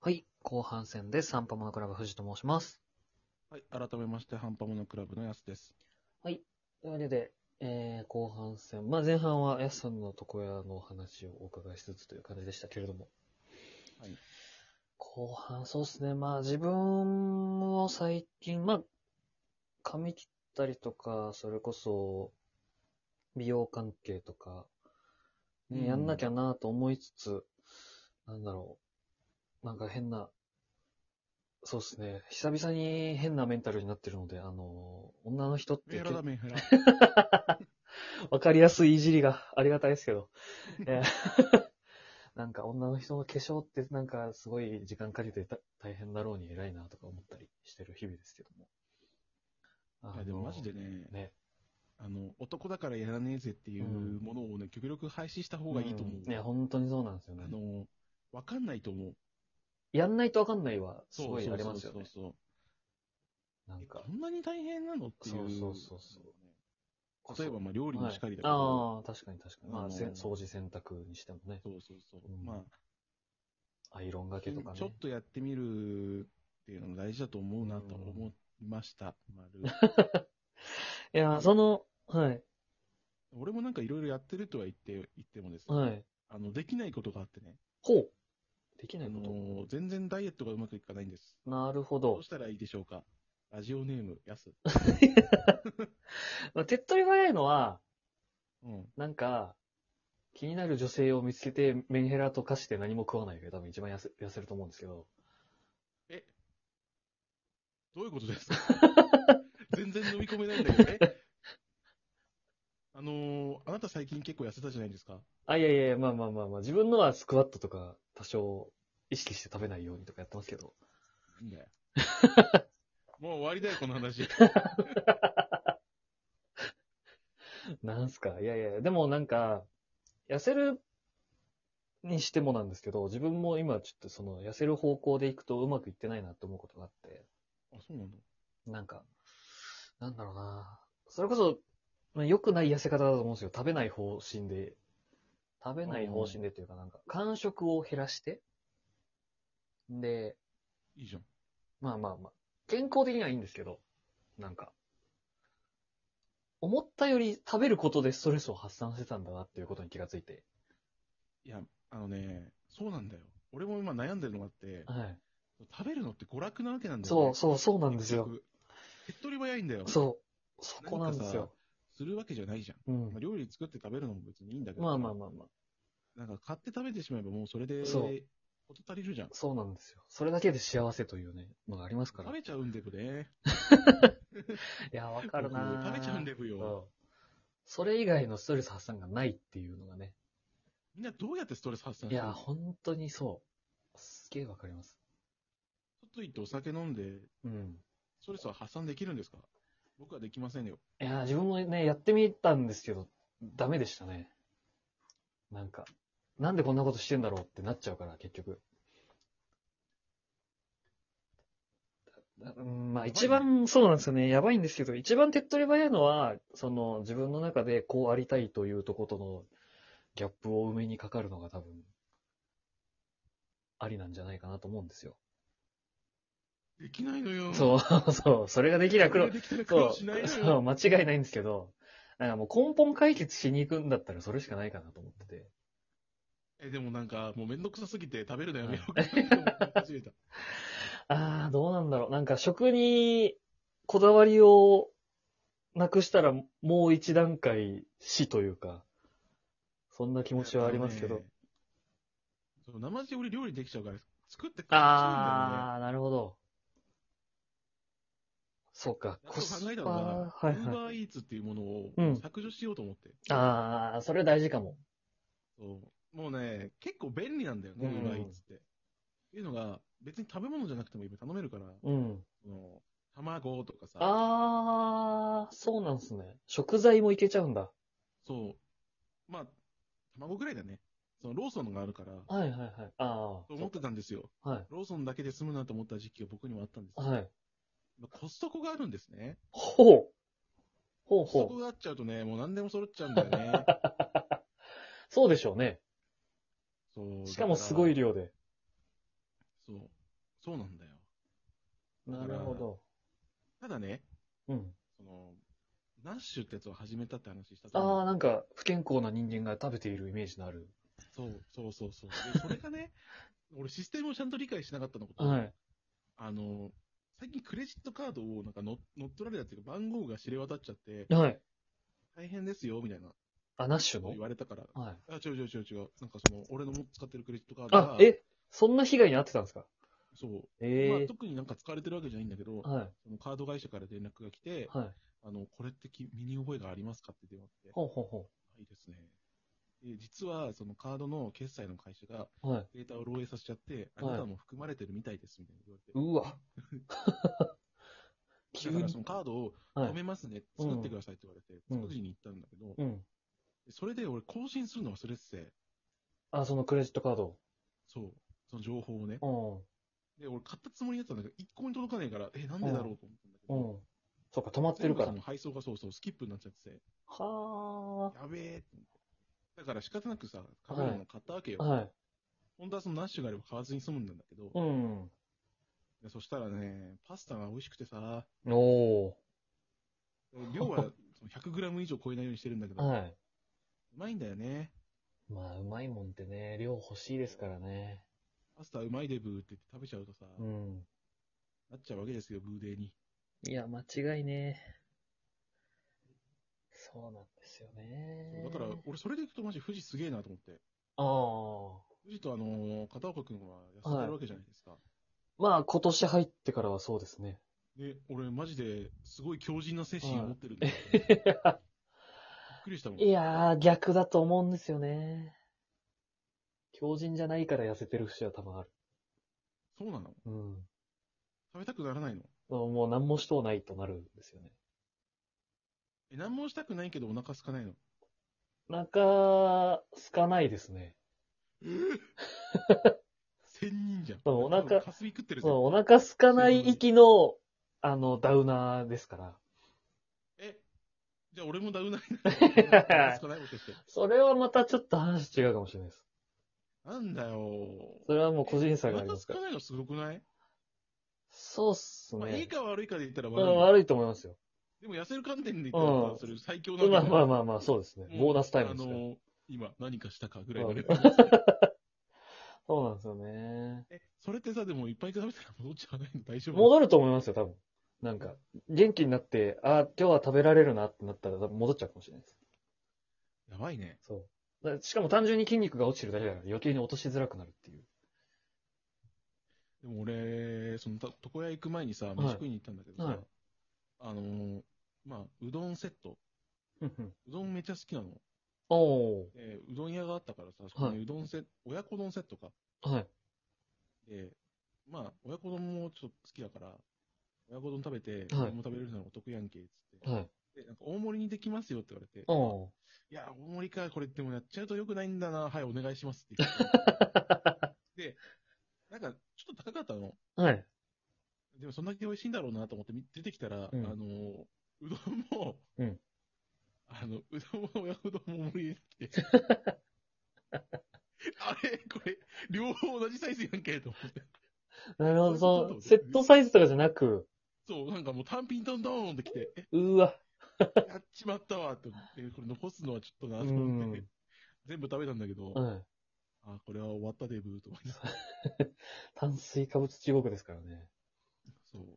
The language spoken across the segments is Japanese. はい。後半戦です。サンパモノクラブ藤と申します。はい、改めまして、ハンパモノクラブのやすです。というわけで、えー、後半戦。まあ前半はやすさんの床屋のお話をお伺いしつつという感じでしたけれども。はい。後半、そうですね。まあ自分も最近、まあ、髪切ったりとか、それこそ、美容関係とか、ね、やんなきゃ。ゃなと思いつつ、なんだろう。なんか変な、そうですね。久々に変なメンタルになってるので、あの、女の人ってメン結ヘラだ、メンヘ ラ。わかりやすいいじりがありがたいですけ ど。えー なんか女の人の化粧ってなんかすごい時間かけてた大変だろうに偉いなとか思ったりしてる日々ですけども。あいや、でもマジでね、ね。あの、男だからやらねえぜっていううんものをね、極力廃止した方がいいと思う。んね、本当にそうなんですよねあ。の、わかんないと思う。やんないとわかんないはすそうごいそうありますよね。そうそうなんえかこ。んなに大変なのっていう。そうそうそうそう例えば、まあ、料理もしかりだけはいど、ああ、確かに確かに。まあ、あのせ掃除洗濯にしてもね、そうそうそう。うんまアイロンあ、がけとかね。ちょっとやってみるっていうのも大事だと思うなと思いました。まるいや、その、はい、俺もなんかいろいろやってるとは言って、言ってもですね、はい。あの、できないことがあってね。ほう。できあないこと。のー全然ダイエットがうまくいかないんです。なるほどどう。したらいいでしょうかラジオネーム、やす。まあ手っ取り早いのは、うん。なんか、気になる女性を見つけて、メンヘラと化して何も食わないが多分一番痩せ痩せると思うんですけど。えどういうことです か全然飲み込めないんだけど、えあのーあなた最近結構痩せたじゃないですかあ、いやいやいや、まあまあまあまあ、自分のはスクワットとか、多少意識して食べないようにとかやってますけど。なんだよ。もう終わりだよ、こ の話。なんすかいやいや、でもなんか、痩せるにしてもなんですけど、自分も今ちょっとその痩せる方向で行くとうまくいってないなって思うことがあって、あ、そうなのなんか、なんだろうなそれこそ、まあ良くない痩せ方だと思うんですよ。食べない方針で、食べない方針でというかなんか、間食を減らして、で、いいじゃん。まあまあまあ、健康的にはいいんですけど、なんか、思ったより食べることでストレスを発散してたんだなっていうことに気がついて。いや、あのね、そうなんだよ。俺も今悩んでるのがあって、はい。食べるのって娯楽なわけなんだよ、そね。うそう、そうなんですよ結。局。手っ取り早いんだよ。そう。そこなんですなんよか。するわけじゃないじゃん。うんまあ、。料理作って食べるのも別にいいんだけど、まあまあまあまあ。なんか買って食べてしまえばもうそれで、そうこと足りるじゃん。そうなんですよ。それだけで幸せというね、のがありますから食。べちゃうんでぶね。いや、わかるな僕食べちゃうんでぶうんよ。それ以外のストレス発散がないっていうのがね。みんなどうやってストレス発散しいてるや、のちょ本当にそう。すげえわかります。っと行ってお酒飲んで、うん。ストレスは発散できるんですか僕はできませんよ。いやー、自分もね、やってみたんですけど、ダメでしたね。なんか、なんでこんなことしてんだろうってなっちゃうから、結局。だうんまあやばいね一番、そうなんですよね。やばいんですけど、一番手っ取り早いのは、その自分の中でこうありたいというとことのギャップを埋めにかかるのが多分、ありなんじゃないかなと思うんですよ。できないのよ。う。そう、そう、それができでなくできたら苦そ労う、しないのそう、よ。間違いないんですけど、なんかもう根本解決しに行くんだったらそれしかないかなと思ってて。え、でもなんか、もうめんどくさすぎて食べるのやめようかなって思い始めた。ああ、どうなんだろう。なんか食にこだわりをなくしたらもう一段階死というか、そんな 気持ちはありますけあどの。ね。そう生地俺料理できちゃうから、作って買っちゃああ、なるほど。そうか、うんだよね。コスそう考えたパ、のが、はいウーはバーイーツっていうものをうん削除しようと思って。い。ああ、それ大事かも。そうもうね、結構便利なんだよね、うん Uber Eats って。っていうのが、別に食べ物じゃなくても今頼めるから、うん。その卵とかさ、ああ、そうなんすね。食材もいけちゃうんだ。そう、まあ、卵ぐらいだね。そのローソンがあるから、はいはいはい。あと思ってたんですよ。あ、はい。ローソンだけで済むなと思った時期が僕にもあったんですよ。はい。まあコストコがあるんですね。ほう。ほうコストコほう。があっちゃうとね、もう何でも揃っちゃうんだよね。 そうでしょうね。そうしかもすごいだら量で。そう。そうなんだよ。なるほど。ただね、うん。その、ナッシュってやつを始めたって話したと思うああ、なんか、不健康な人間が食べているイメージのある。そうそうそうそう。で、それ がね、俺システムをちゃんと理解しなかったのこと。はい。あの、最近クレジットカードをなんか乗っ乗っ取られたっていうか番号が知れ渡っちゃって、はい。大変ですよ、みたいなあ、ナッシュの言われたから。はい。あ、違う違う違う違う。なんかその、俺のも使ってるクレジットカードがあ、、え、そんな被害に遭ってたんですかそう。まあええ特になんか使われてるわけじゃないんだけど、はい。そのカード会社から連絡が来て、はい。あの、これってき身に覚えがありますかって電話って。ほうほうほいいですね。で実は、そのカードの決済の会社がう。はい。データを漏洩させちゃって、あはいなたも含まれてるみたいですみたいな言われて。う わ。急だからにそ。のカードをは止い。めますね、うん作ってくださいって言われて、うん作りに行ったんだけど、うん。それで俺更新するの忘れてて、あ、そのクレジットカード。そう、その情報をね。うん。で、俺買ったつもりだったんだけど、一向に届かないから、え、なんでだろうと思ったんだけど、うん。そうか、止まって全る部かそらの。配送がそうそう、スキップになっちゃってて、はやべえって思って。だから仕方なくさ、カメラの買ったわけよ。あ。はい。本当はそのナッシュがあれば買わずに済むんだけど、うん。でそしたらね、パスタが美味しくてさ、お量は1 0 0ム以上超えないようにしてるんだけー。ど、うはい。まいんだよね。まあ、うまいもんってね、量欲しいですからね。パスタうまいでブーって言って食べちゃうとさ、うん。なっちゃうわけですよ、ブーデーに。いや、間違いねそうなんですよねそうだから、俺それでいくとマジ富士すげえなと思って。ああ。富士とあのー片岡くんは痩せてるわけじゃないですか。まあ、今年入ってからはそうですね。で、俺マジですごい強靭な精神を持ってるんだよ、びっくりしたもん。いやー、逆だと思うんですよね。強靭じゃないから痩せてる節は多分ある。そうなのうん。食べたくならないのもう何もしとうないとなるんですよね。え、何もしたくないけどお腹空かないのなか、すかないですね。千人じゃん。そうお腹多分かすり食ってるそぜ。のお腹すかない域の、あの、ダウナーですから。え、じゃあ俺もダウナーに なる。お腹空かないもしかして。それはまたちょっと話違うかもしれないです。なんだよそれはもう個人差ー。おがあり腹ますか空らか。ないのすごくないそうっすまあ、いいね。か悪いかで言ったらう悪いん、よ。悪いと思いますよ。でも痩せる観点で言ったらさ、それ最強なまあまああ。まあまあ、そうですね。うんボーナスタイムあですね。の、今何かしたかぐらいのうんレベル ですね。そうなんですよね。え、それってさ、でもいっぱい食べたら戻っちゃわないの大丈夫戻ると思いますよ、多分。なんか、元気になって、あ今日は食べられるなってなったら、多分戻っちゃうかもしれないです。やばいね。そう。だからしかも単純に筋肉が落ちてるだけだから、余計に落としづらくなるっていう。でも俺、その、た床屋行く前にさ、い飯食いに行ったんだけどさ、はいあのーまあ、うどんセット。うんうんうどんめっちゃ好きなの。おえうどん屋があったからさ、そこにうどんセット、親子丼セットか。ー。はい。で、まあ、親子丼もちょっと好きだから、親子丼食べて、はい俺も食べれるならお得やんけ、つって。はい。で、なんか大盛りにできますよって言われて、おー。いや、大盛りか、これでもやっちゃうと良くないんだな、はい、お願いします って言って。で、なんか、ちょっと高かったの。はい。でも、そんだけ美味しいんだろうなと思ってみ出てきたら、うんあのー、うどんも、うんあの、うどんも親うどんも盛り 出てきて。あれこれ、両方同じサイズやんけ、と思って。なるほど、そういうこその、とセットサイズとかじゃなく、そう、なんかもう単品ドンドーンってきて、え、うーわ。やっちまったわ、って思って、これ残すのはちょっとな、うと思ってん。。全部食べたんだけど、はい。あ、これは終わったデブーと思いながら炭水化物地獄ですからね。そう。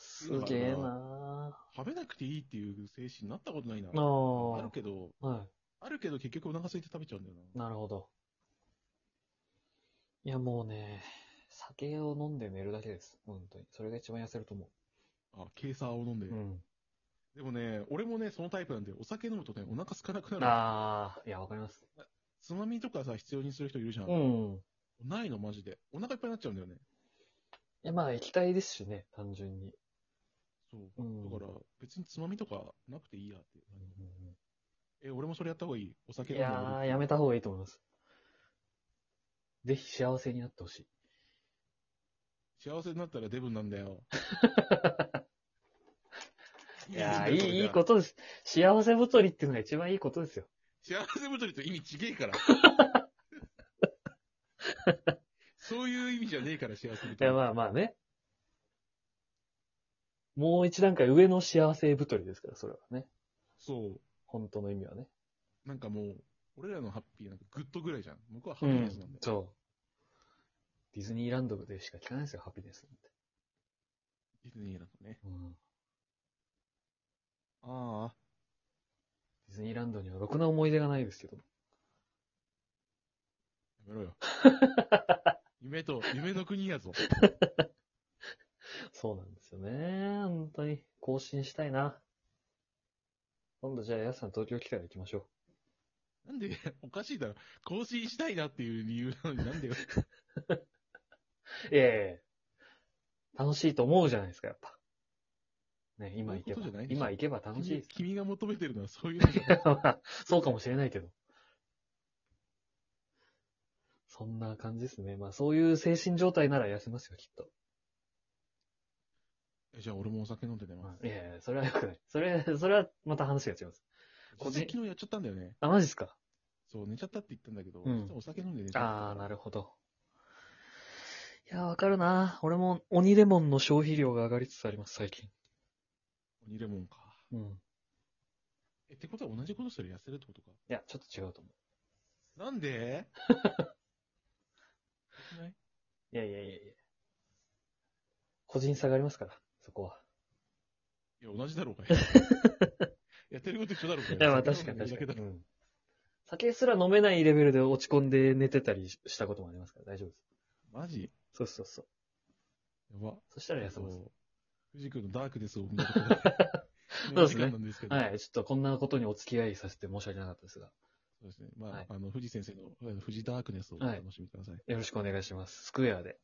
すげえな食べなくていいっていう精神になったことないな。ーああるけど、あ。はい。あるけど結局お腹空いて食べちゃうんだよな。なるほど。いや、もうね、酒を飲んで寝るだけです。本当に。それが一番痩せると思あ、ケーサーを飲んで。う。うん。でもね、俺もね、そのタイプなんで、お酒飲むとね、お腹空かなくなる。ああ、いや、わかります。つまみとかさ、必要にする人いるじゃん。うん。いないの、マジで。お腹いっぱいになっちゃうんだよね。や、まあ、液体ですしね、単純に。そう。うんだから、別につまみとかなくていいやって。うんえ、俺もそれやった方がいい。お酒い飲んでやー、やめた方がいいと思います。ぜひ幸せになってほしい。幸せになったらデブなん だよ。いや ー、いい、いいと。ことです。幸せ太りっていうのが一番いいことですよ。 幸せ太りと意味ちげえから。そういう意味じゃねえから幸せみいたいや、な。まあまあね。もう一段階上の幸せ太りですから、それはね。そ本当の意味はね。う。なんかもう、俺らのハッピーなんかグッドぐらいじゃん。向こうはハッピーネスなんで。そう。ディズニーランドでしか聞かないですよ、ハピネスなんて。ディズニーランドね。うん。ああ、ディズニーランドにはろくな思い出がないですけど。やめろよ。夢と、夢の国やぞ。そうなんですよね。本当に。更新したいな。今度じゃあ、やすさん東京来たら行きましょなんで、おかしいだろ。更新したいなっていう理由なのになんでよ。う。いやいやいや楽しいと思うじゃないですか、やっぱ。ね、今行けばそういうことじゃない。でしょ今行けば楽しいで君 す。君が求めてるのはそういうのじゃない。まあそうかもしれないけど。そんな感じですね。まあ、そういう精神状態なら痩せますよ、きっと。 えじゃあ俺もお酒飲んで出ます。いやいや、それは良くない。それ、それはまた話が違います。個人実際昨日やっちゃったんだよね。あ、マジっすかそう、寝ちゃったって言ったんだけど、うん実はお酒飲んで寝ちゃった。ああ、なるほど。いや、わかるな。俺も鬼レモンの消費量が上がりつつあります、最近。鬼レモンか。うん。え、ってことは同じことする痩せるってことか。いや、ちょっと違うと思。なんで良くないういやいやいやいや。個人差がありますから、そこは。いや、同じ だろうが。やってること一緒だろうが。いや、まあ確かに酒飲確んでかるだけに。だうん。酒すら飲めないレベルで落ち込んで寝てたりししたこともありますから、大丈夫です。マジそうそうそう。やば。そしたら痩せます。藤君のダークですを見たことが そうですねお時間なんですけど。はい、ちょっとこんなことにお付き合いさせて申し訳なかったですが、そうですね。まあ、はいあの、藤先生の、あの藤ダークネスをお楽しみください。よろしくお願いします。スクエアで